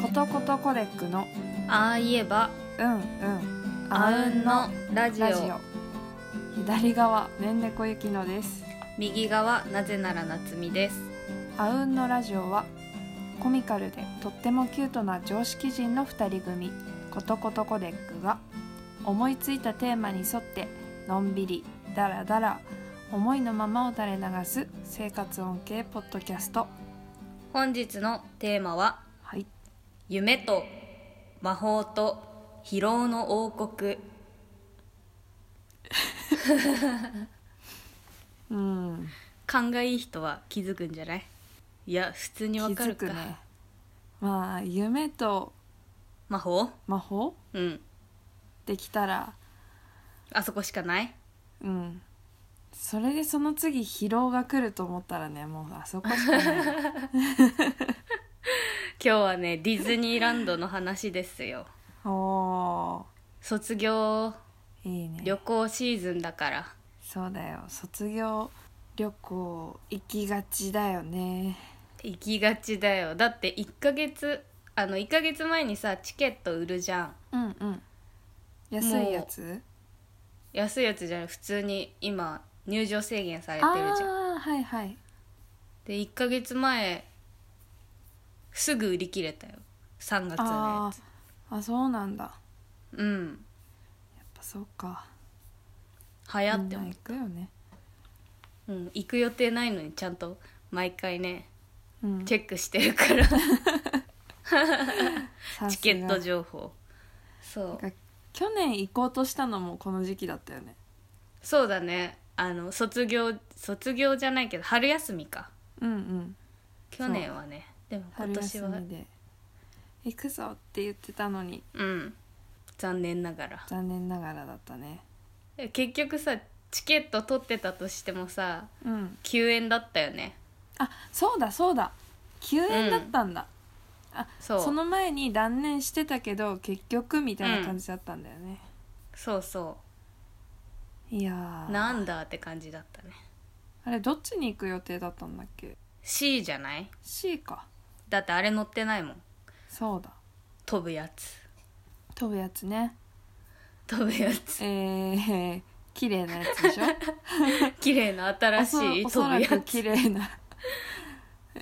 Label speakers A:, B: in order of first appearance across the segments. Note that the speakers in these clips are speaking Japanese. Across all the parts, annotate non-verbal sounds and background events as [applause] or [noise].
A: コレックの
B: ああ言えば
A: うんうん
B: あうんのラジオ
A: ラジオ左側ねんねこゆきのです
B: 右側なぜなら夏美です
A: あうんのラジオはコミカルでとってもキュートな常識人の2人組ことことコデックが思いついたテーマに沿ってのんびりだらだら思いのままを垂れ流す生活音系ポッドキャスト
B: 本日のテーマは
A: はい
B: 夢と魔法と疲労の王国
A: うん
B: 勘がいい人は気づくんじゃないいや普通にわかるか、
A: 気づくねまあ夢と
B: 魔法
A: 魔法
B: うん
A: できたら
B: あそこしかない
A: うんそれでその次疲労が来ると思ったらねもうあそこしか
B: [laughs]
A: ない
B: 今日はねディズニーランドの話ですよ
A: お
B: 卒業
A: ーいいね
B: 旅行シーズンだから
A: そうだよ卒業旅行行きがちだよね
B: 行きがちだよだって1ヶ月あの1ヶ月前にさチケット売るじゃん
A: うんうん安いやつ
B: 安いやつじゃない普通に今入場制限されて
A: あ
B: るじゃん
A: あーはいはい
B: で1ヶ月前すぐ売り切れたよ3月のや
A: あーあそうなんだや
B: つうん
A: っぱそうか
B: 早っ
A: みん
B: て
A: な
B: 思う
A: 行くよね
B: うん、行く予定ないのにちゃんと毎回ね
A: うん
B: チェックしてるから
A: さすが
B: チケット情報そう
A: なんか去年行こうとしたのもこの時期だったよね
B: そうだねあの卒業卒業じゃないけど春休みか
A: うんうん
B: 去年はねでも今
A: 春
B: 年
A: 休
B: は
A: みで行くぞって言ってたのに
B: うん残念ながら
A: 残念ながらだったね
B: え結局さチケット取ってたとしてもさ
A: うん
B: 休園だったよね
A: あそうだそうだ休園だったんだ、
B: そう
A: その前に断念してたけど結局みたいな感じだったんだよね、
B: そうそ
A: いや
B: う
A: ー
B: なんだって感じだったね
A: あれどっちに行く予定だったんだっけ
B: C じゃない
A: C か
B: だってあれ乗ってないもん
A: そうだ
B: 飛ぶやつ
A: 飛ぶやつね
B: 飛ぶやつ [laughs]
A: えー、 [laughs] 綺麗なやつでしょ
B: 綺麗な新しい
A: お
B: 飛
A: そおそ
B: ぶ
A: ら
B: や
A: く
B: つ
A: 綺麗な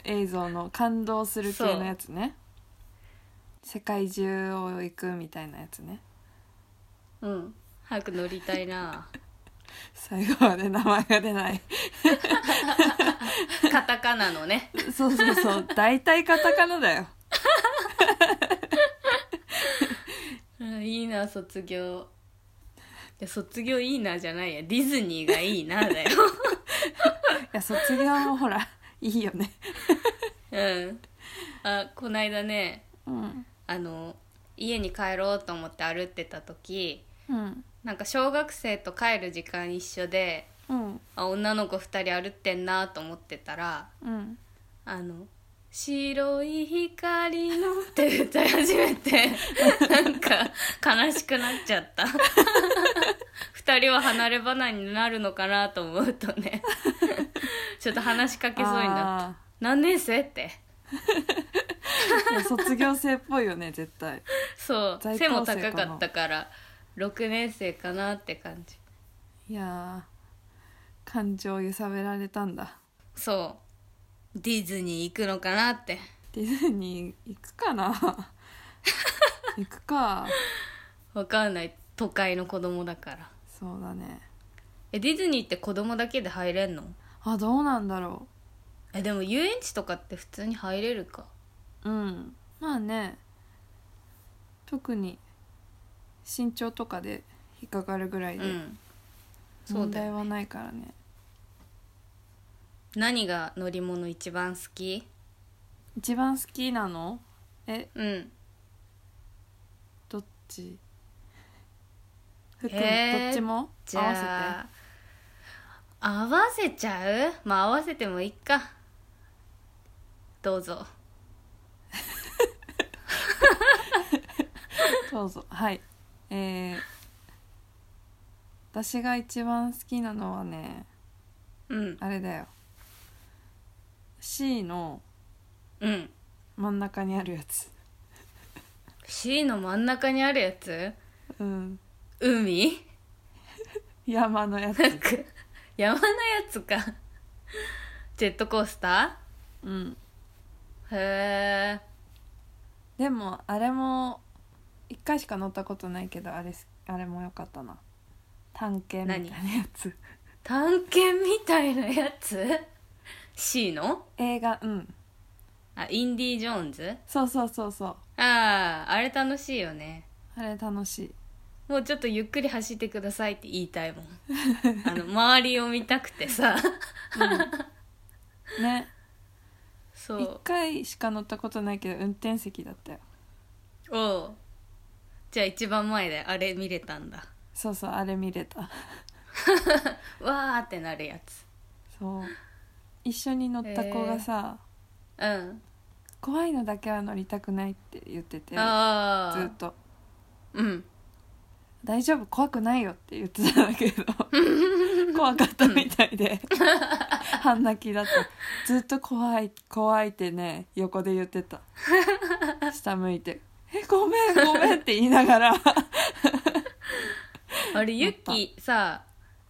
A: 映像の感動する系のやつね世界中を行くみたいなやつね
B: うん早く乗りたいな [laughs]
A: 最後まで名前が出ない
B: カタカナのね [laughs]
A: そうそうそう大体カタカナだよ
B: うんいいな卒業いや卒業いいなじゃないやディズニーがいいなだ
A: [laughs]
B: よ
A: いや卒業もほらいいよね
B: うんあこないだね
A: うん
B: あの家に帰ろうと思って歩ってた時
A: うん
B: なんか小学生と帰る時間一緒で
A: うん
B: あ女の子2人歩ってんなと思ってたら
A: うん
B: あの「白い光の」って歌い始めて [laughs] なんか悲しくなっちゃった二人は離れ離れになるのかなと思うとねちょっと話しかけそうになった
A: あ
B: 「何年生?」って
A: ーいや卒業生っぽいよね絶対
B: そう
A: 在校
B: 背
A: 生かな
B: も高かったから6年生かなって感じ
A: いやー感情揺さぶられたんだ
B: そうディズニー行くのかなって
A: ディズニー行くかな行くか
B: わかんない都会の子供だから
A: そうだね
B: えディズニーって子供だけで入れんの
A: あどうなんだろ
B: えでも遊園地とかって普通に入れるか
A: ううんまあね特に身長とかで引っかかるぐらいうで、
B: んそう
A: 問
B: だ
A: 題
B: よ
A: はないからね
B: 何が乗り物一番好き
A: 一番好きなのえ
B: うん
A: どっち含
B: え
A: め
B: ー
A: どっちも
B: じ
A: 合わ
B: ゃあ合わせちゃうまあ合わせてもいいかどうぞ
A: せてどうぞはいえー、私が一番好きなのはね
B: うん
A: あれだよ C の
B: うん
A: 真ん中にあるやつ
B: C の真ん中にあるやつ
A: うん
B: 海 [laughs]
A: 山のやつ
B: なんか山のやつかジェットコースタ
A: うん
B: ーへえ
A: でもあれも一回しか乗ったことないけどあれすあれも良かったな探検みたいなやつ
B: 探検みたいなやつ C の
A: [laughs] 映画うん
B: あインディ・ジョーンズ
A: そうそうそうそう
B: あああれ楽しいよね
A: あれ楽しい
B: もうちょっとゆっくり走ってくださいって言いたいも
A: [laughs]
B: んあの周りを見たくてさ [laughs]
A: ね
B: そ
A: 一
B: う
A: 回しか乗ったことないけど運転席だったよ
B: おうじゃあ一番前であれ見れたんだ
A: そうそうあれ見れた
B: わーってなるやつ
A: そう一緒に乗った子がさ、
B: うん
A: 怖いのだけは乗りたくないって言ってて
B: ああ
A: ずっと
B: うん
A: 「大丈夫怖くないよ」って言ってたんだけ
B: [laughs]
A: ど怖かったみたいで半泣きだったずっと怖い怖いってね横で言ってた下向いて「えごめんごめん」って言いなが
B: [laughs]
A: ら
B: あれユッ
A: 乗
B: キーさ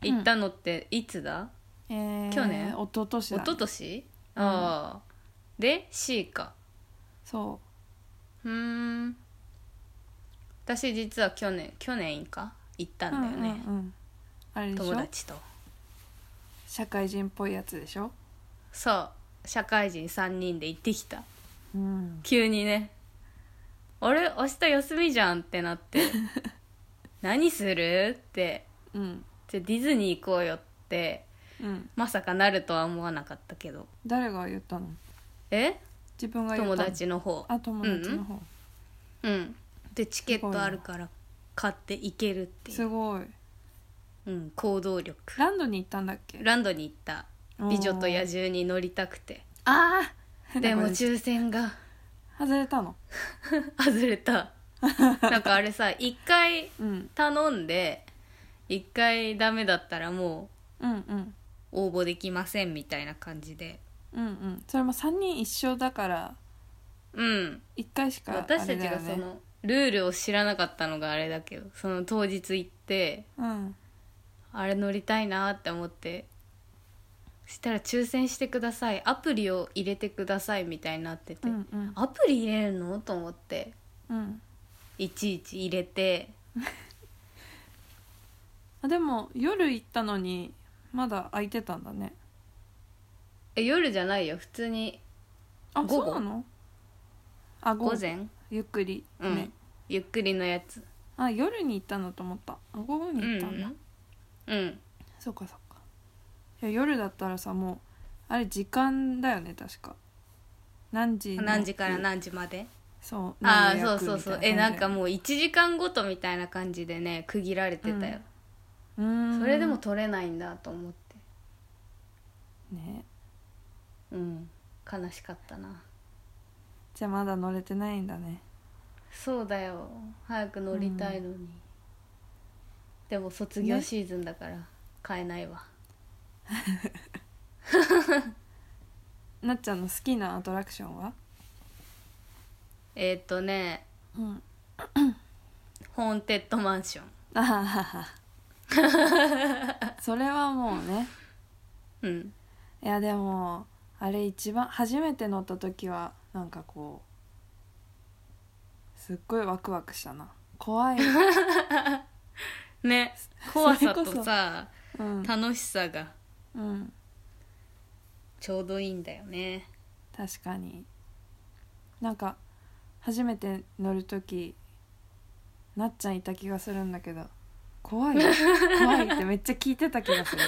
A: うん
B: 行ったのっていつだ、
A: えー
B: 去年
A: 一昨年
B: 一
A: だ、
B: 昨年ああで C か
A: そう
B: ーん私実は去年去年か行った
A: うん
B: だよね、
A: うんうんあれでし
B: 友
A: ょ
B: 達と
A: 社会人っぽいやつでしょ
B: そう社会人3人で行ってきた
A: うん
B: 急にねあれ明日休みじゃんってなって
A: [laughs]
B: 何するって
A: うん
B: じゃあディズニー行こうよって
A: うん
B: まさかなるとは思わなかったけど
A: 誰が言ったの
B: え
A: 自分が言った
B: 友
A: の
B: 達の方
A: あ友達の方、
B: うんでチケットあるから買って行けるってい
A: す
B: う、
A: ごい
B: うん、行動力
A: ランドに行ったんだっけ
B: ランドに行った「美女と野
A: 獣
B: 獣」に乗りたくて
A: あ
B: [laughs]
A: ー
B: でも
A: なんか
B: 抽選が [laughs]
A: 外れたの
B: 外れたなんかあれさ一回
A: うん
B: 頼んで一回ダメだったらも
A: うんうん
B: う応募できませんみたいな感じで
A: うんうんそれも3人一緒だから
B: うん
A: 1回しかあれ
B: 私
A: だ
B: た
A: よ、
B: ち
A: ね、
B: がそのルールを知らなかったのがあれだけどその当日行って
A: うん
B: あれ乗りたいなって思ってそしたら抽選してくださいアプリを入れてくださいみたいになってて、
A: うんうん
B: アプリ入れるのと思って
A: うん
B: いちいち入れて
A: あでも夜行ったのにまだ空いてたんだね
B: え夜じゃないよ普通に
A: あ
B: 午後
A: そうなのあ午
B: 午
A: 後
B: 前
A: ゆっくり
B: うん、
A: ね、
B: ゆっくりのやつ
A: あ夜に行ったのと思ったあ午後に行ったんだ、
B: うん、うん、
A: そうかそうかいや夜だったらさもうあれ時間だよね確か何時の
B: 何時から何時まで
A: そう
B: ああ
A: 何の
B: そう
A: 役
B: そうそう
A: みたい
B: え
A: 感じだよ
B: なんかもう1時間ごとみたいな感じでね区切られてたよ、
A: うーん
B: それでも取れないんだと思って
A: ね
B: うん悲しかったな
A: じゃあまだ乗れてないんだね
B: そうだよ早く乗りたいのに、でも卒業シーズンだから買えないわ、
A: なっちゃんの好きなアトラクションは
B: えーっとね
A: うん
B: ホーンテッドマンション
A: あははは [laughs] それはもうね
B: うん
A: いやでもあれ一番初めて乗った時はなんかこうすっごいワクワクしたな [laughs] 怖い、
B: ね怖さ
A: それ
B: と
A: こそ
B: さ
A: うん
B: 楽しさが
A: うん、
B: ちょうどいいんだよね
A: 確かになんか初めて乗る時なっちゃんいた気がするんだけど怖い怖いってめっちゃ聞いてた気がする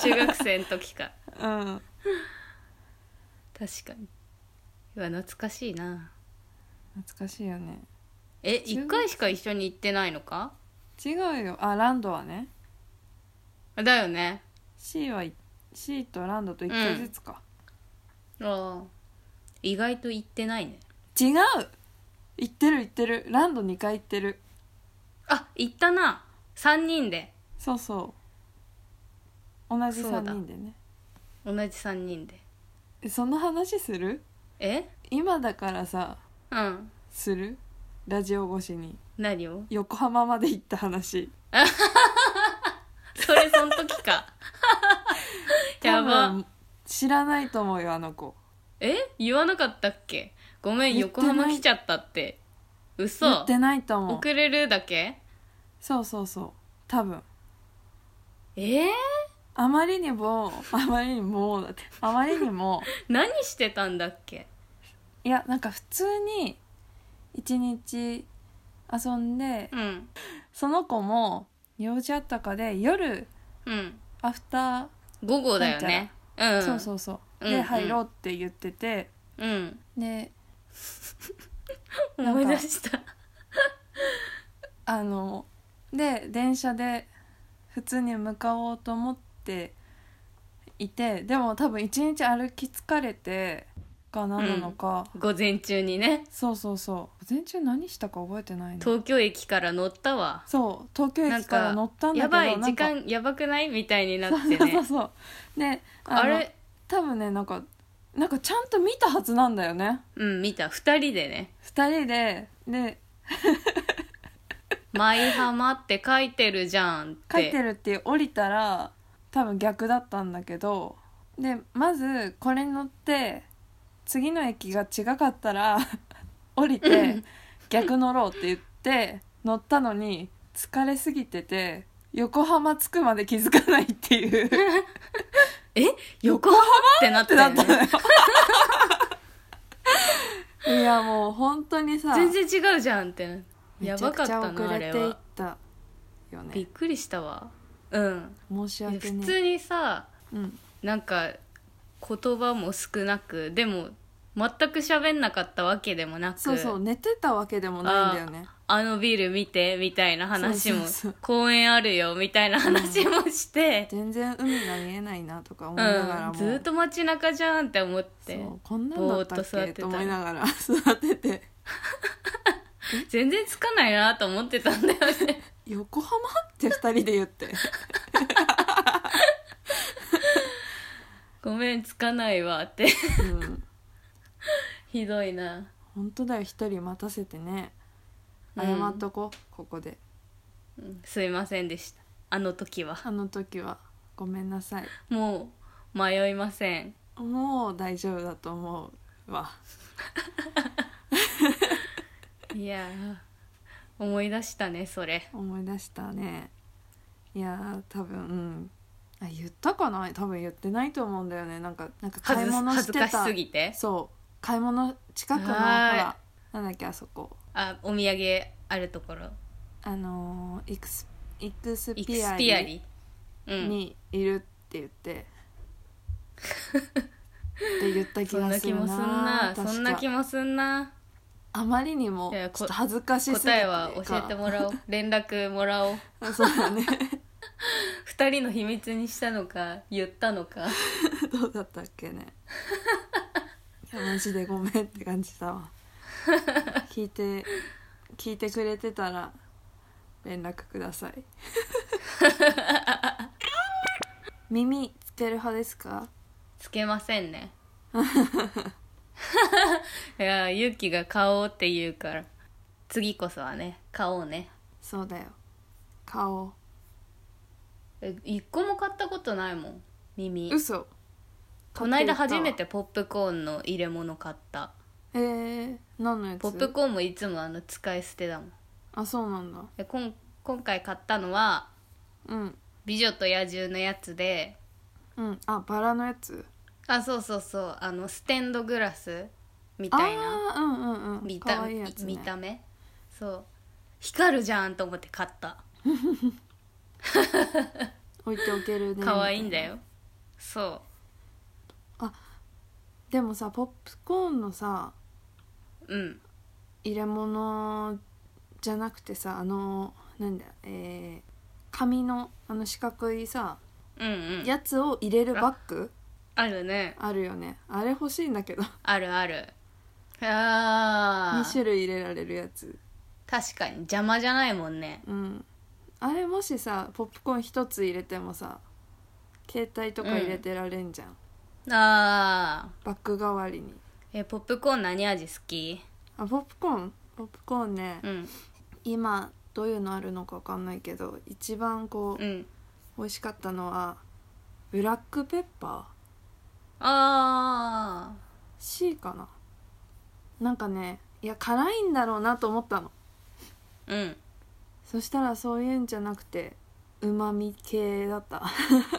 B: 中学生の時か
A: うん
B: [laughs] 確かにうわ懐かしいな
A: 懐かしいよね
B: え
A: 中学
B: 一回しか一緒に行ってないのか
A: 違うよあランドはね
B: だよね
A: C はい C とランドと1回ずつか、
B: ああ意外と行ってないね
A: 違う行ってる行ってるランド2回行ってる
B: あ行ったな3人で
A: そうそう同じ
B: そうだ
A: 3人でね
B: 同じ3人で
A: えその話する
B: え
A: 今だからさ
B: うん
A: するラジオ越しに
B: 何を
A: 横浜まで行った話
B: それそん時か [laughs] や
A: 多
B: ば
A: 分知らないと思うよあの子
B: え言わなかったっけごめん
A: 言って
B: 横
A: ない
B: 浜来ちゃったって
A: 言
B: 嘘
A: ってないと思う
B: 遅れるだけ
A: そうそうそう多分
B: えー、
A: あまりにもあまりにもだってあまりにも
B: 何してたんだっけ
A: いやなんか普通に一日遊んで
B: うん
A: その子も用事あったかで夜
B: うん
A: アフタ
B: 午後だよねう
A: ー、
B: ん
A: そうそうそう
B: うんう
A: で
B: ん
A: 入ろうって言ってて、
B: うん
A: でなんか
B: 思い出した
A: あので電車で普通に向かおうと思っていてでも多分一日歩き疲れてか何なのか、
B: 午前中にね
A: そうそうそう午前中何したか覚えてないの
B: 東京駅から乗ったわ
A: そう東京駅から乗ったんだ
B: や
A: けど
B: ばい
A: なん
B: 時
A: か
B: 間やばくないみたいになって
A: [laughs] そうそう
B: ね
A: そうであ
B: あ
A: の
B: れ
A: 多分ねなんかなんかちゃんと見たはずなんだよね
B: うん見た2人でね
A: 2人でで
B: 「舞浜」って書いてるじゃんって
A: 書いてるって降りたら多分逆だったんだけどでまずこれに乗って次の駅が違かったら [laughs] 降りて逆乗ろうって言って乗ったのに疲れすぎてて横浜着くまで気づかないって
B: [laughs]
A: いうっ
B: え横浜ってなってて
A: なったのよ。 [laughs] いやもう本当にさ
B: 全然違うじゃんってやばかった
A: めちゃくちゃ
B: な
A: 遅
B: あ
A: れ
B: れ
A: ていっ
B: は
A: たよ
B: びっ
A: ね
B: くりしたわうん
A: 申し
B: 普
A: 訳ね
B: 通にさ
A: うん
B: なんか言葉も少なくでも全く喋んなかったわけでもなく
A: そうそう寝てたわけでもないんだよね
B: あのビル見てみたいな話
A: そ
B: も
A: うそうそう
B: 公園あるよみたいな話もして、
A: 全然海が見えないなとか思いながら
B: う
A: も、
B: ん、ずっと街中じゃんって思っ
A: そ
B: て
A: うこんなんだった
B: ぼーっと
A: っ
B: 座っ
A: け
B: てた
A: と思いながら座ってて
B: 全然つかないなと思ってたんだよ [laughs] ね
A: 「横浜?」って2人で言って
B: ごめんつかないわって [laughs]
A: うん
B: ひどいな
A: 本当だよ1人待たせてね謝っとこ、うここで
B: うんすいませんでしたあの時は
A: あの時はごめんなさい
B: もう迷いません
A: もう大丈夫だと思うわ
B: いやー思い出したねそれ
A: 思い出したねいやー多分うんあ言ったかな多分言ってないと思うんだよねなんかなんか買
B: 恥
A: い
B: ず
A: 物
B: 恥
A: し
B: ず
A: て
B: かしたすぎて
A: そう買い物近くのほ
B: はーい
A: らなんだっけあそこ
B: あお土産あるところ
A: あのー、イクスイクス
B: イク
A: ピ
B: ス
A: ア
B: ピア
A: リ
B: リうん
A: にいるって言
B: [laughs]
A: って、って言った気
B: そん
A: が
B: な
A: す
B: 気
A: るな
B: もすんな
A: 確か
B: そんな気もすんな
A: あまりにも
B: いやこ
A: ちょっと恥ずかしすぎて
B: 答えは教えて
A: も [laughs]
B: もらおう連絡もらおう
A: そうだね
B: 二人の秘密にしたのか言ったのか
A: どうだったっけ
B: [laughs]
A: ねいやマジでごめんって感じだわ聞いて聞いてくれてたら連絡くださ
B: [laughs]
A: い耳つける派ですか
B: つけませ
A: [laughs]
B: んねいやーゆうきが買おうって言うから次こそはね買おうね
A: そうだよ顔
B: え一個も買ったことないもん耳
A: 嘘
B: この間初めてポップコーンの入れ物買った
A: えー、何のやつ
B: ポップコーンもいつもあの使い捨てだもん
A: あそうなんだ
B: でこん今回買ったのは
A: うん
B: 「美女と野獣」のやつで
A: うんあバラのやつ
B: あそうそうそうあのステンドグラスみたいな
A: あーうんうんうん
B: 見
A: 可
B: た
A: 愛いやつ、ね、
B: 見た目そう光るじゃんと思って買った
A: 置いておけるね
B: 可愛いんだ
A: よ
B: よそ
A: でもさポップコーンのさ
B: ううん
A: 入れ物じゃなくてさあのなんだえー、紙のあの四角いさ
B: うんうん
A: やつを入れるバッグ
B: あるね
A: あるよねあれ欲しいんだけど
B: あるあるあ
A: 2
B: ー
A: 種類入れられるやつ
B: 確かに邪魔じゃないもんね
A: うんあれもしさポップコーン1つ入れてもさ携帯とか入れてられんじゃん、
B: あ
A: バッグ代わりに
B: ーえポップコーン何味好き
A: あポップコーンポップコーンね、
B: うん
A: 今どういうのあるのかわかんないけど一番こう、
B: うん
A: 美味しかったのはブラックペッパー
B: あ
A: C かななんかねいや辛いんだろうなと思ったの
B: ーうん
A: そしたらそういうんじゃなくてうまみ系だった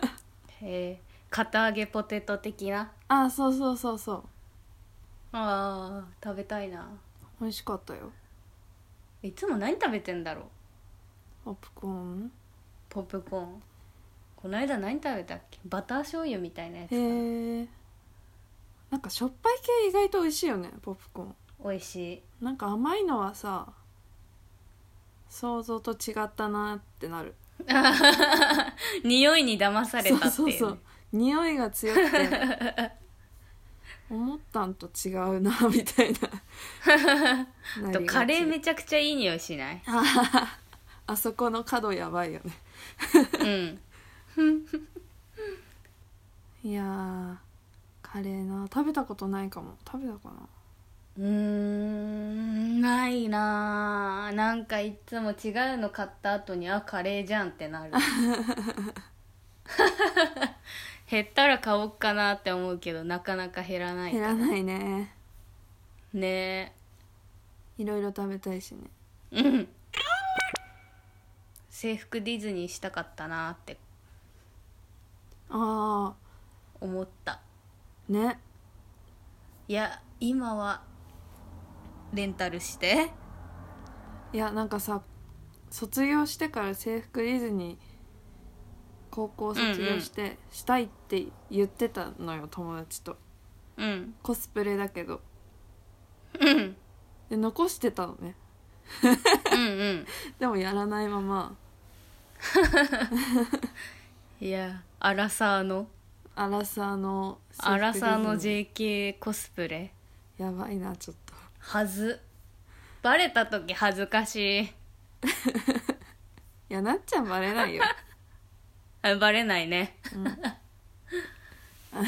A: [laughs]
B: へえ片揚げポテト的な
A: あそうそうそうそう
B: あー食べたいな
A: 美味しかったよ
B: いつも何食べてんだろう
A: ポップコーン
B: ポップコーンこの間何食べたっけバター醤油みたいなやつかな
A: へえなんかしょっぱい系意外と美味しいよねポップコーン
B: 美味しい
A: なんか甘いのはさ想像と違ったなってなる
B: 匂いに騙されたっていう,、
A: そうそうそう匂いが強くて思ったんと違うなみたいなな
B: [laughs] と
A: りがち
B: カレーめちゃくちゃいい匂いしない
A: あそこの角やばいよね
B: うん
A: いやーカレーな食べたことないかも食べたかな
B: うーんないなあなんかいつも違うの買った後にあカレーじゃんって
A: [laughs]
B: なる減ったら買おうかなって思うけどなかなか減らない
A: 減らないね
B: ね
A: いろいろ食べたいしね
B: えうん制服ディズニーしたかったなって
A: あ
B: 思った
A: あね
B: いや今はレンタルして
A: いやなんかさ卒業してから制服ディズニー高校卒業してしたいって言ってたのよ、友達と
B: うん
A: コスプレだけど
B: うん
A: で残してたのね
B: うんうん
A: でもやらないまま
B: いやアラサーの
A: アラサーの
B: アラサーの
A: 制
B: JK コスプ
A: 服ディズニー
B: レ
A: やばいなちょっと
B: はずバレた時恥ずかしい
A: いやなっちゃんバレ
B: [laughs]
A: ないよ、
B: あバレないね
A: うん、あ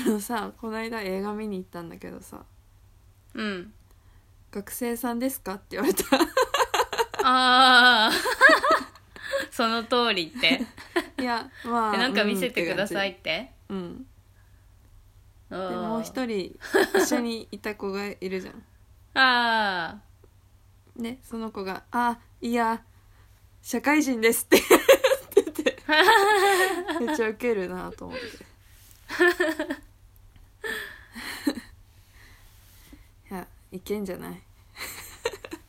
A: のさこの間映画見に行ったんだけどさ
B: うん
A: 「学生さんですか?」って言われ
B: [laughs]
A: た
B: ああ [laughs] その通りって
A: いやまあ
B: えなんか見せて
A: うん
B: ください
A: っ
B: ってて
A: 感じうん
B: で
A: でもう一人一緒にいた子がいるじゃん
B: ああ
A: ねその子が「あいや社会人です」
B: [laughs]
A: って言っててめっちゃウケるなと思ってていやいけんじゃない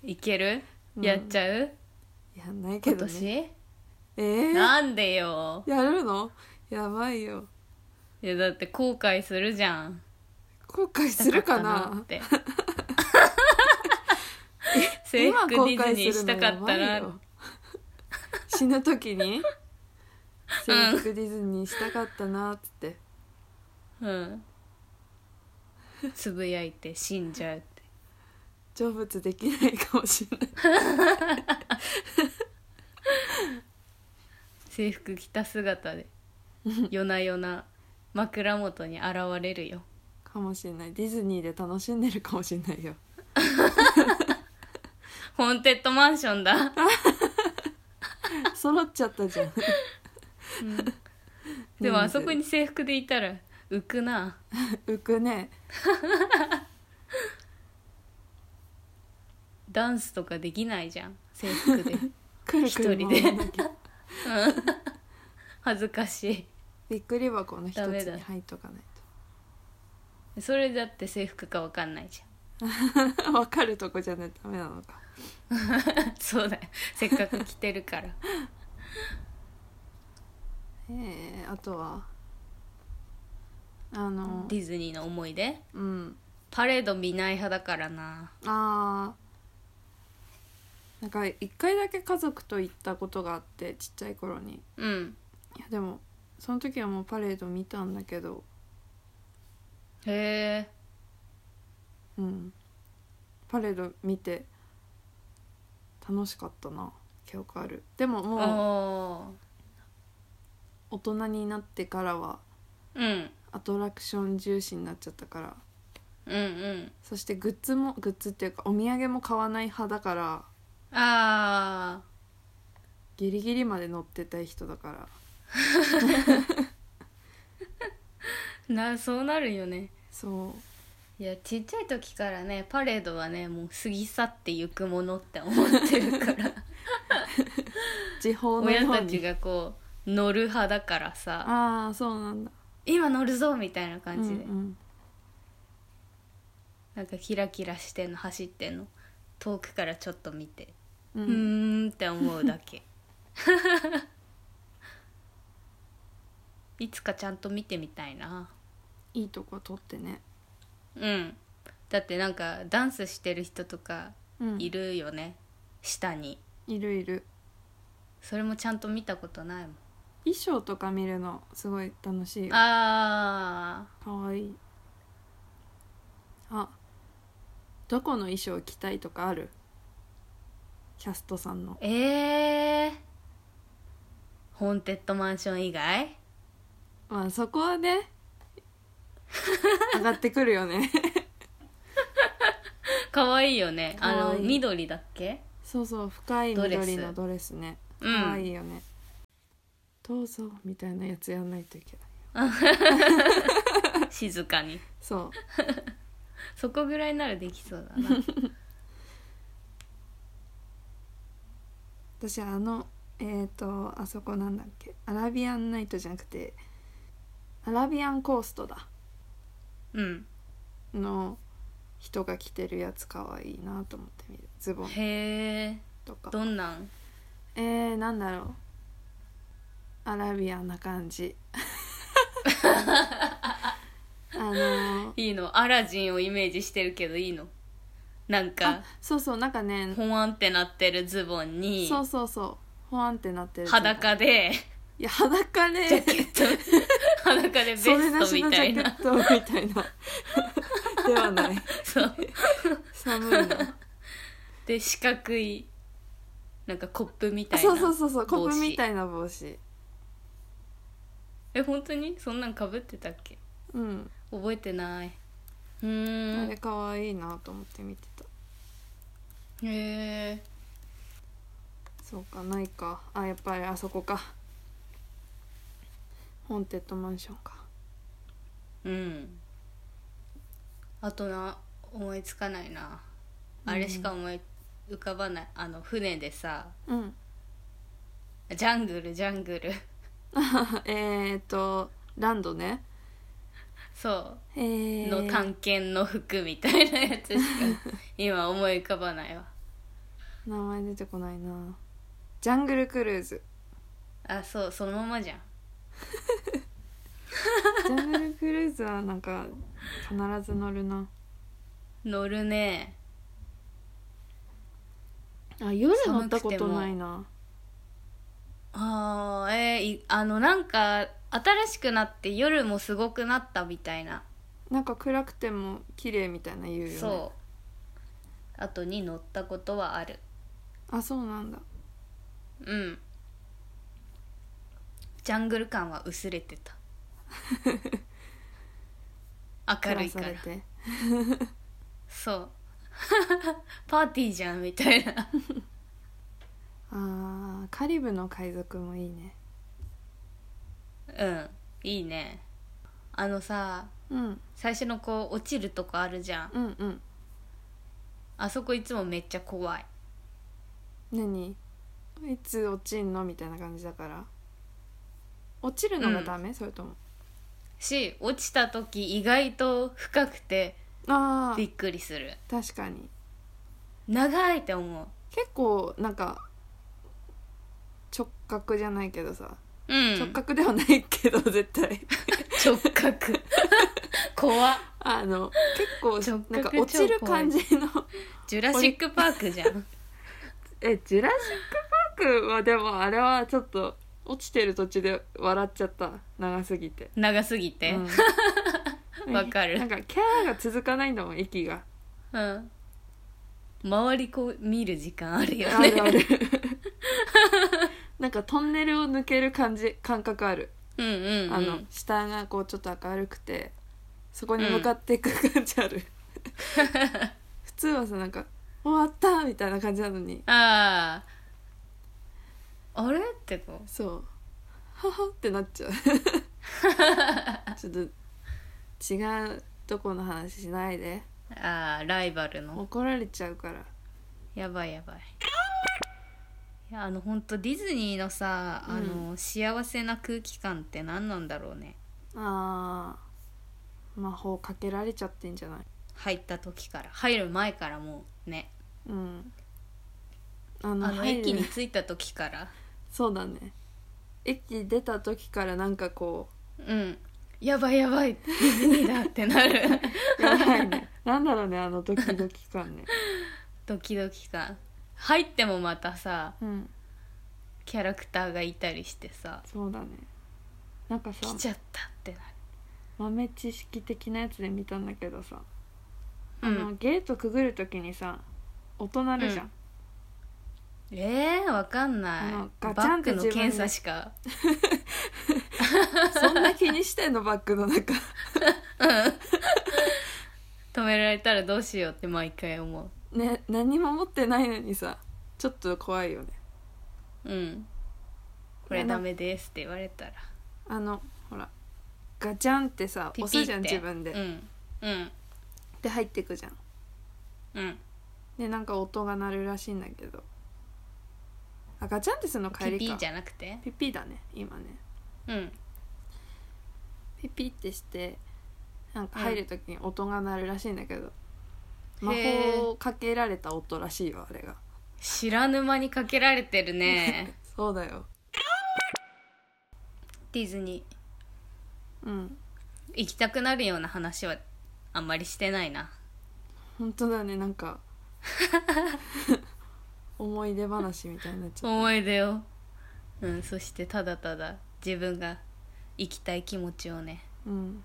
B: いける、
A: うん
B: やっちゃう
A: やんないけ
B: 今
A: ど
B: 年、
A: ねえー、
B: なんでよ
A: やるのやばいよ
B: いやだって後悔するじゃん
A: 後悔するかな [laughs]
B: したかったなって制
A: 今
B: 服デ
A: 後
B: ィズニ
A: 悔
B: ー
A: する
B: した
A: の
B: か
A: や
B: っ
A: ば
B: た
A: い
B: な
A: よ死ぬ時に制服ディズニーしたかったなっつって
B: うんつぶやいて死んじゃうって
A: 成仏できないかもしれない
B: 制服着た
A: [laughs]
B: 姿で夜な夜な枕元に現れるよ
A: かもしれないディズニーで楽しんでるかもしれないよ [laughs]
B: ホーンテッドマンションだ、
A: [laughs] 揃っちゃったじゃん
B: うんでもあそこに制服でいたら浮くな
A: 浮くね
B: ダンスとかできないじゃん制
A: [laughs]
B: 服で
A: くるくる
B: 一
A: [laughs]
B: 人
A: 回
B: で
A: らなきゃ
B: 恥ずかし
A: びっくり箱の一つ
B: ダメだ
A: に入っとかない
B: いそれだって制服か分かんないじ
A: と [laughs] わかるとこじゃないとダメなのか [laughs]
B: ゃんそうだよせっかく着てるから
A: えー、あとはあの
B: ディズニーの思い出
A: うん
B: パレード見ない派だからな
A: あーなんか一回だけ家族と行ったことがあってちっちゃい頃に
B: うん
A: いやでもその時はもうパレード見たんだけど
B: へえ
A: うんパレード見て楽しかったな記憶あるでも
B: あ
A: もう
B: あ
A: 大人になってからは
B: うん
A: アトラクション重視になっちゃったから
B: うんうん
A: そしてグッズもグッズっていうかお土産も買わない派だから
B: ああ
A: ギリギリまで乗ってたい人だから
B: なそうなるよね
A: そう
B: いやちっちゃい時からねパレードはねもう過ぎ去ってゆくものって思ってるから
A: [laughs] 時報の
B: 親
A: よう
B: たち
A: に
B: がこう乗る派だからさ
A: ああそうなんだ
B: 今乗るぞみたいな感じで、
A: うんうん
B: なんかキラキラしてんの走ってんの遠くからちょっと見て
A: う
B: うんーんって思うだけ [laughs] いつかちゃんと見てみたいない
A: いとこ撮ってね、
B: うんだってなんかダンスしてる人とか
A: うん、
B: いるよね、下に
A: いるいる
B: それもちゃんと見たことないもん
A: 衣装とか見るのすごい楽しいよ
B: あ
A: かわいいあどこの衣装着たいとかあるキャストさんの
B: ーえー、ホーンテッドマンション以
A: [laughs]
B: 外
A: まあそこはね上がってくるよ [laughs] ね
B: かわいいよねあ
A: かわ
B: の
A: いい
B: 緑だっけ
A: そうそう深い緑のドレスね
B: う
A: かわい
B: ん
A: いよね、どうぞみたいなやつやんないといけない
B: 静かに
A: そう
B: そこぐらいならできそうだ
A: [laughs]
B: な
A: 私あのえっ、とあそこなんだっけアラビアンナイトじゃなくてアラビアンコーストだ
B: うん
A: の人が着てるやつかわいいなと思って見るズボン
B: へえ
A: とか
B: どんなん
A: えー、なんだろうアラビアンな感
B: [laughs]
A: じあのー
B: いいのアラジンをイメージしてるけどいいのなん
A: あ
B: か
A: そうそうなんかね
B: ほわんってなってるズボンに
A: そうそうそうほわんってなってる
B: 裸で
A: いや裸
B: ジャ
A: ね
B: ケ
A: [laughs]
B: ット裸でベ
A: それな
B: スト
A: し
B: み
A: のジ
B: たい
A: ャケ
B: な
A: ットみたいなではない
B: そう
A: 寒いな
B: で四角いなんかコップみたいな
A: そうそうそうそうコ
B: 帽
A: ッ
B: 子
A: プみたいな帽子
B: え本当にそんなんかぶってたっけ
A: うん、
B: 覚えてないうー
A: あ
B: ん
A: れ
B: へ
A: 可愛いなと思って見てた
B: え
A: そうかないかあやっぱりあそこかホーンテッドマンションか
B: うんあとな思いつかないなあれしか思い浮かばないあの船でさ
A: うん [laughs]
B: ジャングルジャングル
A: えー、っとランドね
B: そう
A: えー、
B: の探検の服みたいなやつしか今思い浮かばないわ
A: 名前出てこないなジャングルクルー [laughs] ズ
B: あそうそのままじゃん
A: ジャングルクルーズはなんか必ず乗るな
B: 乗るね
A: あ夜乗ったことないな
B: あーえーいあのなんか新しくなって夜もすごくなったみたいな、
A: なんか暗くても綺麗みたいな言うよね
B: そうあとに乗ったことはある
A: あそうなんだ
B: うんジャングル感は薄れて [laughs] た明るいから
A: 照されて
B: そう [laughs] パーティーじゃんみたいな
A: あーカリブの海賊もいいね
B: うんいいねあのさ
A: うん
B: 最初のこう落ちるとこあるじゃん
A: うんうん
B: あそこいつもめっちゃ怖い
A: 何いつ落ちんのみたいな感じだから落ちるのがダメ、それとも
B: し落ちた時意外と深くて
A: あ
B: び
A: ー
B: っくりする
A: 確かに
B: 長いって思
A: 結構なんか直角じゃないけどさ、
B: ううん
A: 直角ではないけど [laughs] 絶対
B: 直角怖っ
A: あの結
B: 直
A: 構なん
B: 角
A: か落ちる感じの
B: ジュラシック・パークじゃん
A: えジュラシック・パークはでもあれはちょっと落ちてる途中で笑っちゃった長すぎて
B: 長すぎて
A: うん
B: [laughs] わかる
A: なんかキャーが続かないんだもん息が
B: うん、周りこう見る時間あるよ
A: あ
B: ね
A: るあるなんかトンネルを抜ける感じ感覚ある、
B: [laughs] うんうん、うん、 [laughs]
A: あの下がこうちょっと明るくてそこに向かっていく感じある、普通はさなんか「終わった!」みたいな感じなのに
B: あああれってこう
A: そう「はは」ってなっ
B: [laughs]
A: ちゃうちょっと違うとこの話しないで
B: ああライバルの
A: 怒られちゃうから
B: やばいやばいいやあの本当ディズニーのさ、あの幸せな空気感って何なんだろうね
A: あー魔法かけられちゃってんじゃない
B: 入った時から入る前からもうね
A: うんあ
B: あの駅
A: 入
B: に
A: る
B: 着いた時から
A: そうだね駅出た時からなんかこ
B: うんやばいやばいディズニーだってなる
A: [laughs]
B: [laughs]
A: うやばいねなんだろうねあのドキドキ感ね
B: ドキドキ感入ってもまたさ
A: うん
B: キャラクターがいたりしてさ
A: そうだねなんかさ
B: 来ちゃったってな
A: 豆知識的なやつで見たんだけどさ、あ
B: る、う
A: の
B: ん、
A: ゲートくぐる時にさ音鳴るじゃん、
B: えー、わかんない
A: あの
B: バ
A: ガチャン
B: ッ
A: って
B: グ
A: 自分
B: の
A: で
B: 検査しか [laughs]
A: そんな気にしてんのバッグの中 [laughs]
B: 止められたらどうしようって毎回思
A: ね何も持ってないのにさちょっと怖いよね
B: ううんこれダメですって言われたら
A: あのほらガチャンってさ
B: ピピって
A: 押すじゃん自分で、
B: うんうん
A: で入ってくじゃん
B: うん
A: でなんか音が鳴るらしいんだけどあガチャンってするの帰り
B: ピ
A: か
B: ピじゃなくて
A: ピピだね今ね
B: うん
A: ピピってしてなんか入る時に音が鳴るらしいんだけど、
B: うん
A: 魔
B: へー
A: 法をかけられた音らしいよあれが
B: 知らぬ間にかけられて
A: [laughs]
B: るね
A: そうだよ
B: ディズニー
A: うん
B: 行きたくなるような話はあんまりしてないな
A: 本当だねなん
B: [laughs]
A: か思い出話みたいになっちゃった
B: 思い出をうんそしてただただ自分が行きたい気持ちをね
A: うん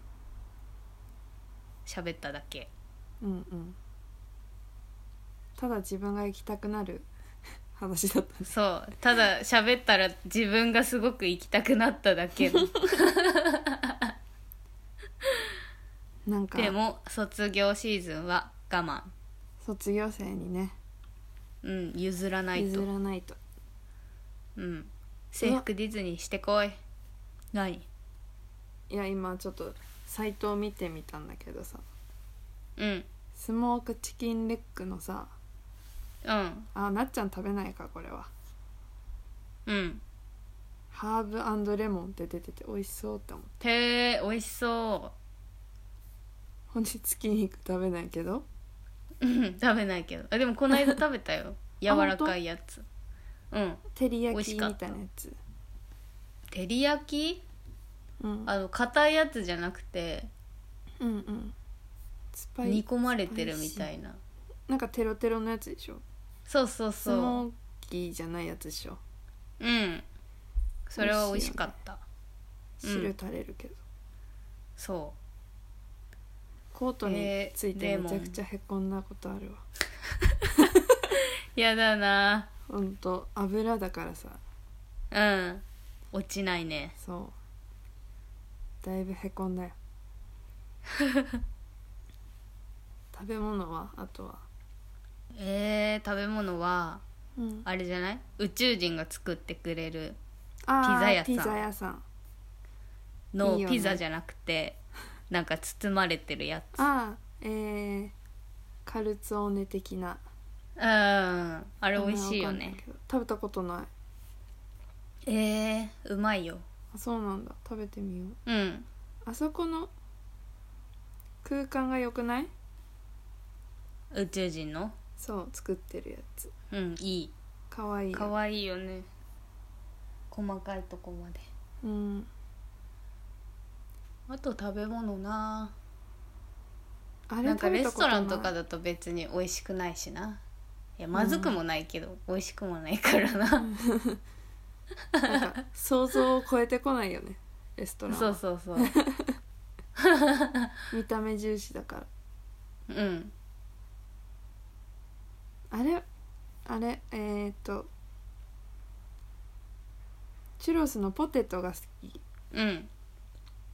B: 喋っただけ
A: うんうんただ自分が行きたくなる話だった
B: そうただ喋ったら自分がすごく行きたくなっただけの
A: なんか
B: でも卒業シーズンは我慢
A: 卒業生にね
B: うん譲らない
A: 譲
B: と
A: らないと
B: うん制服ディズニーしてこいない
A: いや今ちょっとサイトを見てみたんだけどさ
B: うん
A: スモークチキンレッグのさ
B: うん
A: あなっちゃん食べないかこれは
B: うん
A: ハーブレモンって出てて美味しそうって思って
B: へえ美味しそ
A: 本日筋肉食べないけど
B: ううん食べないけどあでもこの間食べた [laughs] よ柔らかいやつうん
A: 照り
B: 美
A: 焼
B: 味
A: き
B: し
A: み
B: か
A: たい
B: っ
A: な
B: た
A: やつ
B: 照り焼き
A: うん
B: あの硬いやつじゃなくて
A: うんうんスパイ
B: 煮込まれてるみたいな
A: なんかテロテロのやつでしょ
B: そうそう
A: ス
B: そ
A: モーキーじゃないやつでしょ
B: ううんそれは美味しかったうん
A: 汁垂れるけど、
B: そ
A: コートについ
B: え
A: て
B: ー
A: めちゃくちゃへこんだことあるわ、
B: うやだな
A: ほんと油だからさ
B: うん落ちないね
A: そうだいぶへこんだ
B: [laughs]
A: よ食べ物はあとは
B: えー、食べ物は
A: うん
B: あれじゃない宇宙人が作ってくれる
A: あー
B: ピザ屋さん
A: ピザ屋さん
B: の
A: いいよね
B: ピザじゃなくてなんか包まれてるやつ
A: あーえー、カルツオーネ的な
B: うんあ
A: あ
B: れ美味しいよね
A: 食べたことない
B: えー、うまいよ
A: あそうなんだ食べてみよう
B: うん
A: あそこの空間が良くない
B: 宇宙人の
A: そう作ってるやつ
B: うんいい
A: かわいいよ
B: 可愛いよね細かいとこまで
A: うん
B: あと食べ物な
A: あれ
B: なんか
A: 食べ
B: レ
A: た
B: ス
A: こと
B: ト
A: ない
B: ランとかだと別に美味しくないしないやまずくもないけど、美味しくもないからな、
A: なんか想像を超えてこないよねレストランは
B: [laughs] そうそうそう
A: 見た目重視だから
B: うん
A: あれあれえー、っとチュロスのポテトが好き
B: うん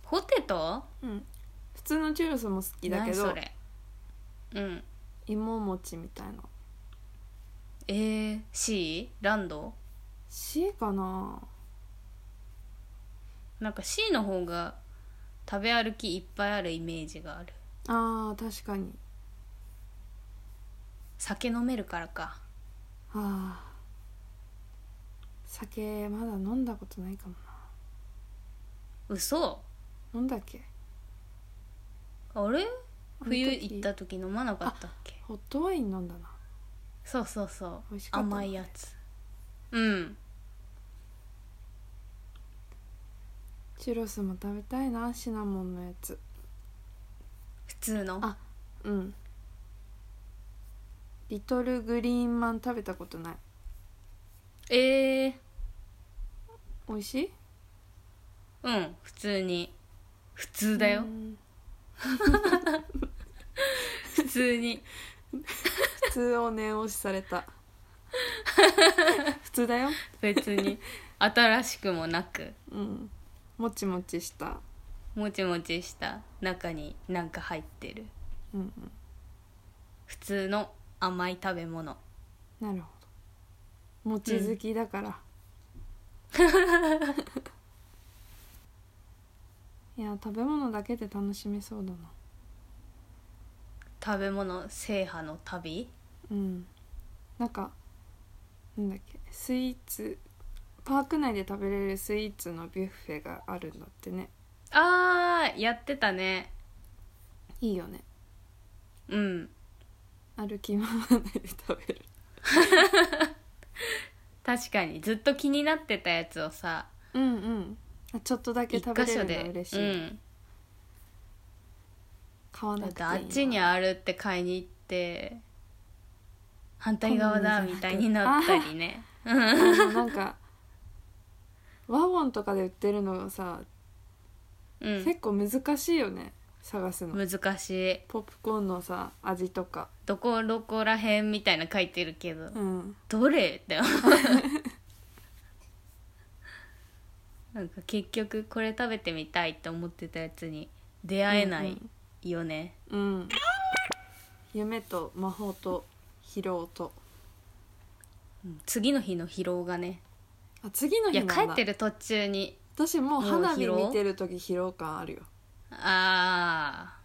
B: ポテト
A: うん普通のチュロスも好きだけ
B: 何そ
A: ど
B: れうん
A: 芋餅みたいな
B: えー、C? ランド
A: C かな
B: なんか C の方が食べ歩きいっぱいあるイメージがある
A: あー確かに
B: 酒飲めるからか
A: あー酒まだ飲んだことないかも
B: 嘘
A: な飲んだっけ
B: あれ冬
A: あの時
B: 行った時飲まなかったっけ
A: ホットワイン飲んだな
B: そうそうそう
A: 美味しかったな
B: 甘いやつうん
A: チュロスも食べたいなシナモンのやつ
B: 普通の
A: あうんリトルグリーンマン食べたことない
B: えー、
A: 美味しい
B: うん普通に普通だよ、
A: うん
B: 普通に
A: 普通を念押しされ
B: [laughs]
A: た普通だよ
B: 別に新しくもなく
A: うんもちもちした
B: もちもちした中になんか入ってる
A: うんうん
B: 普通の甘い食べ物
A: なるほど餅好きだ
B: [laughs]
A: から、いや食べ物だけで楽しめそうだな
B: 食べ物制覇の旅
A: うんなんかなんだっけスイーツパーク内で食べれるスイーツのビュッフェがあるんだってね
B: あーやってたね
A: いいよね
B: うん
A: 歩き回らないで食べる
B: 確かにずっと気になってたやつをさ
A: うんうんあちょっとだけ
B: 一
A: 食べ
B: 箇
A: れるの
B: 所
A: が
B: で
A: 嬉しい、
B: うん、
A: 買わ
B: だ
A: な
B: っ
A: くて
B: て
A: いいな
B: あっちにあるって買いに行って反対側だみたいになったりね
A: あのなんかワゴンとかで売ってるのさ、
B: うん
A: 結構難しいよね探すの
B: 難しい
A: ポップコーンのさ味とか
B: どこどこら辺みたいな書いてるけど
A: うん
B: どれだよ [laughs] なんか結局これ食べてみたいって思ってたやつに出会えないよね、
A: うん夢と魔法と疲労と
B: うん次の日の疲労がね
A: あ次の
B: い
A: 日な
B: や
A: ん
B: 帰
A: だ
B: ってる途中に
A: 私もう
B: もう
A: 花火
B: 疲労
A: 見てる時疲労感あるよ
B: あ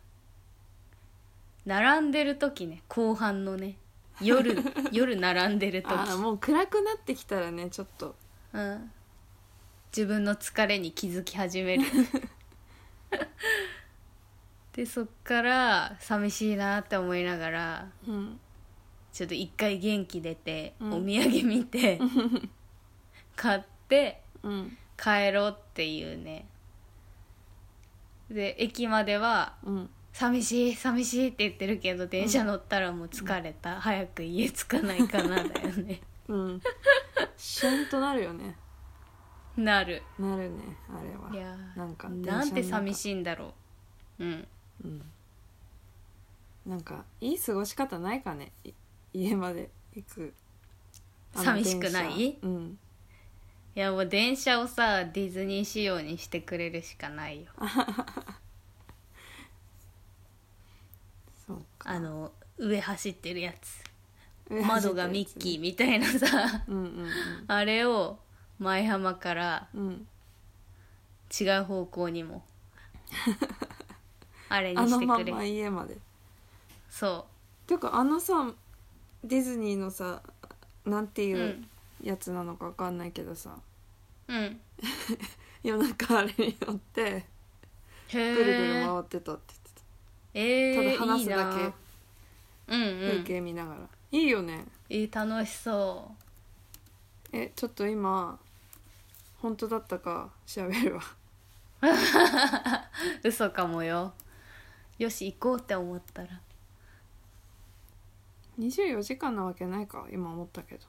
B: ー並んでる時ね後半のね
A: [laughs]
B: 夜夜並んでる時
A: あーもう暗くなってきたらねちょっと
B: うん、自分の疲れに気づき始
A: [laughs]
B: めるでそっから寂しいなって思いながら
A: うん
B: ちょっと一回元気出て、
A: うん
B: お土産見て
A: [laughs]
B: 買って
A: うん
B: 帰ろうっていうねで駅までは
A: うん
B: 「寂しい寂しい」って言ってるけど電車乗ったらもう疲れた、早く家着かないかなだよね [laughs]
A: うんシュンとなるよね
B: なる
A: なるねあれはい
B: やー
A: なんか
B: なんて寂
A: い、
B: しいんだろううん
A: うん、なんかいい過ごし方ないかねい家まで行くあの
B: 寂しくない
A: 電車うん
B: いやもう電車をさディズニー仕様にしてくれるしかないよ
A: そうか
B: あの上走ってるやつ
A: 上走っ
B: 窓
A: てるやつね
B: がミッキーみたいなさ
A: うんうん
B: あれを舞浜から
A: うんうん
B: 違う方向
A: [laughs]
B: にもあれに
A: あ
B: し
A: の
B: て
A: ま
B: く
A: ん
B: れ
A: ま家まで
B: そ
A: てかあのさディズニーのさなんて
B: うう
A: いうんやつなのかわかんないけどさ、
B: うん
A: 夜中あれに乗って
B: へ
A: ぐるぐる
B: え
A: 回ってたって
B: え
A: 言ってた、た
B: ー、
A: だ話すだ
B: いい
A: け
B: なうんう
A: 風
B: ん
A: 景見ながら、いいよね
B: えー楽しそ
A: えちょっと今本当だったか調べるわ
B: う [laughs] 嘘かもよよし行こうって思ったら
A: 24時間なわけないか今思ったけど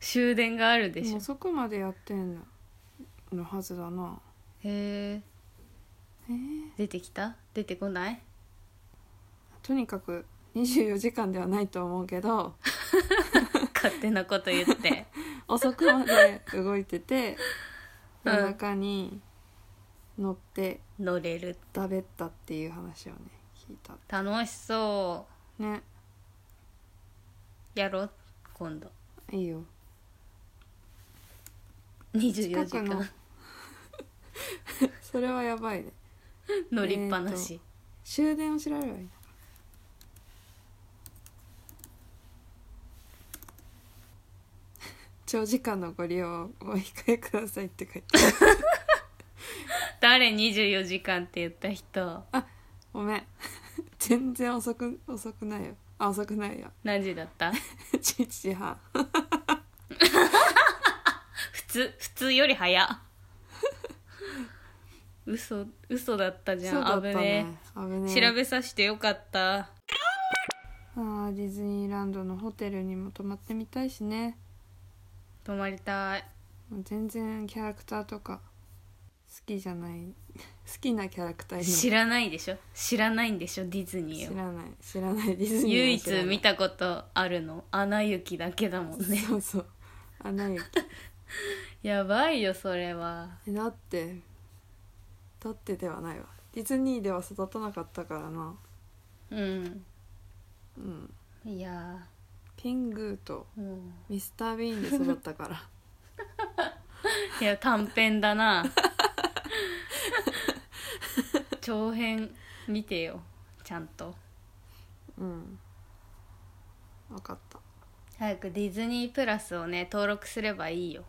B: 終電があるで
A: で
B: し
A: も
B: ょ
A: 遅くまでやってんののはずだな
B: へ
A: え
B: え
A: ー
B: 出てきた出てこない [laughs]
A: とにかく24時間ではないと思うけど
B: 勝手なこと
A: [laughs]
B: 言って
A: 遅くまで動いてて
B: うん
A: 夜中に乗って
B: 乗れる
A: 食べったっていう話をね聞いた
B: 楽しそ
A: ね
B: うやろう今度
A: いいよ
B: 24
A: 近
B: 時
A: くの
B: 間
A: それはやばいね
B: 乗りっぱなし、
A: 終電を知られればいい長時間のご利用をお控えくださいって書いてある
B: 誰24時間って言った人
A: ごめん全然遅く遅くないよあ遅くないよ
B: 何時だった
A: 11時半
B: 普通普通より早 [laughs] 嘘嘘だったじゃ
A: そうんだっ
B: 危
A: た
B: ね
A: 危ね
B: え
A: え
B: 調べさせてよかった
A: あーディズニーランドのホテルにも泊まってみたいしね
B: 泊まりたい
A: もう全然キャラクターとか好きじゃない [laughs] 好きなキャラクターにも
B: 知らないでしょ知らないんでしょディズニ
A: 知
B: ーを
A: らない知らないディズニー
B: 唯
A: は知ら
B: 一
A: ない
B: 見たことあるの「アナ雪」だけだもんね
A: そうそうあない
B: [laughs] やばいよそれは
A: えだってだってではないわディズニーでは育たなかったからな
B: うん
A: うん
B: いや
A: ピングーと
B: ーも
A: ミスター・ビーンで育った
B: [laughs]
A: から
B: ういや短編
A: [laughs]
B: だな長編見てよちゃんと
A: うん分かった
B: 早くディズニープラスをね登録すればいいよ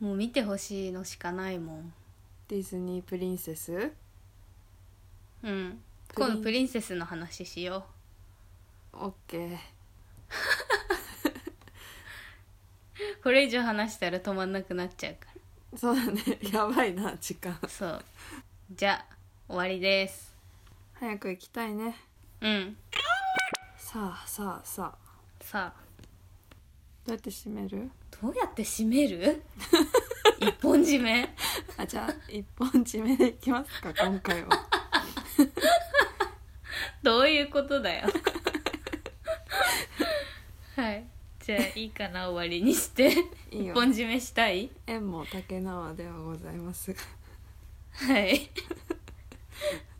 B: もう見てほしいのしかないもん
A: ディズニープリンセス
B: うん
A: プリン
B: 今度プリンセスの話しよ
A: オッケー
B: うこれ以上話したら止まんなくなっちゃうから
A: そうだね [laughs] やばいな時間
B: そうじゃあ終わりです
A: 早く行きたいね
B: うん
A: さあさあさあ
B: さあ
A: どうやって締める
B: どうやって締める一本締め
A: あじゃあ一本締めでいきます [laughs] か今回は
B: どういうことだよはいじゃあいいかな終わりにして
A: いい
B: 一
A: よ
B: 本締めしたい
A: 縁も竹縄ではございますが
B: はい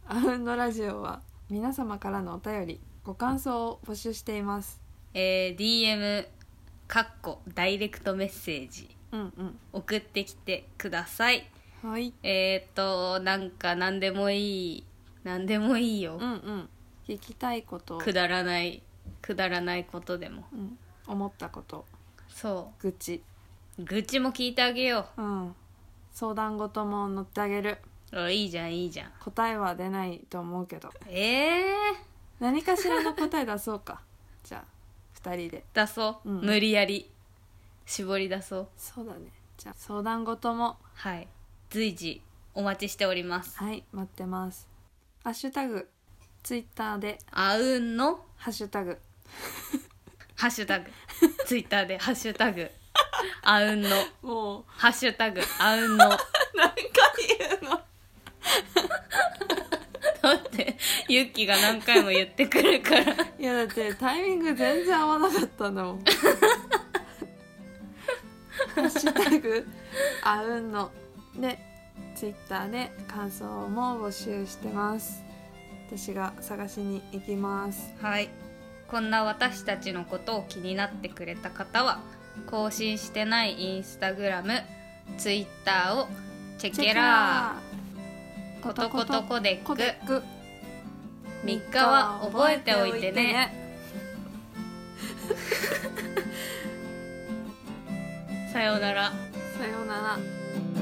A: アウンドラジオは皆様からのお便りご感想を募集しています
B: えー DM かっこダイレクトメッセージ
A: うん
B: 送ってきてください
A: うんはい
B: えっ、となんか何でもいい何でもいいよ、
A: うんうん聞きたいこと、
B: くだらないくだらないことでも
A: うん、思ったこと
B: そ
A: 愚痴
B: う愚痴も聞いてあげよ
A: うん相談事も乗ってあげる
B: うあいいじゃんいいじゃん
A: 答えは出ないと思うけど
B: えー、
A: 何かしらの答え出そう [laughs] かじゃあ2人で
B: 出そう、
A: うん
B: 無理やり絞り出そう
A: そうだねじゃあ相談事も
B: はい随時お待ちしております
A: はい待ってますハッシュタグツイッターで
B: あうんの
A: ハッシュタグ
B: ハッシ
A: [laughs]
B: ュタグツイッターでハッシュタグあうんの
A: も [laughs] う
B: ハッシュタグあうん [laughs] のだ
A: 何回言うの
B: ってユッキが何回も言ってくるから
A: いやだってタイミング全然合わなかったんだ
B: [laughs]
A: もん。ハッシュタグあうんのでツイッターで感想も募集してます。私が探しに行きます。
B: はいこんな私たちのことを気になってくれた方は更新してないインスタグラムツイッターをチェケラーコトコトコデッ
A: コ
B: ク
A: テック
B: 3日は覚えておいてね。さようなら
A: さようなら。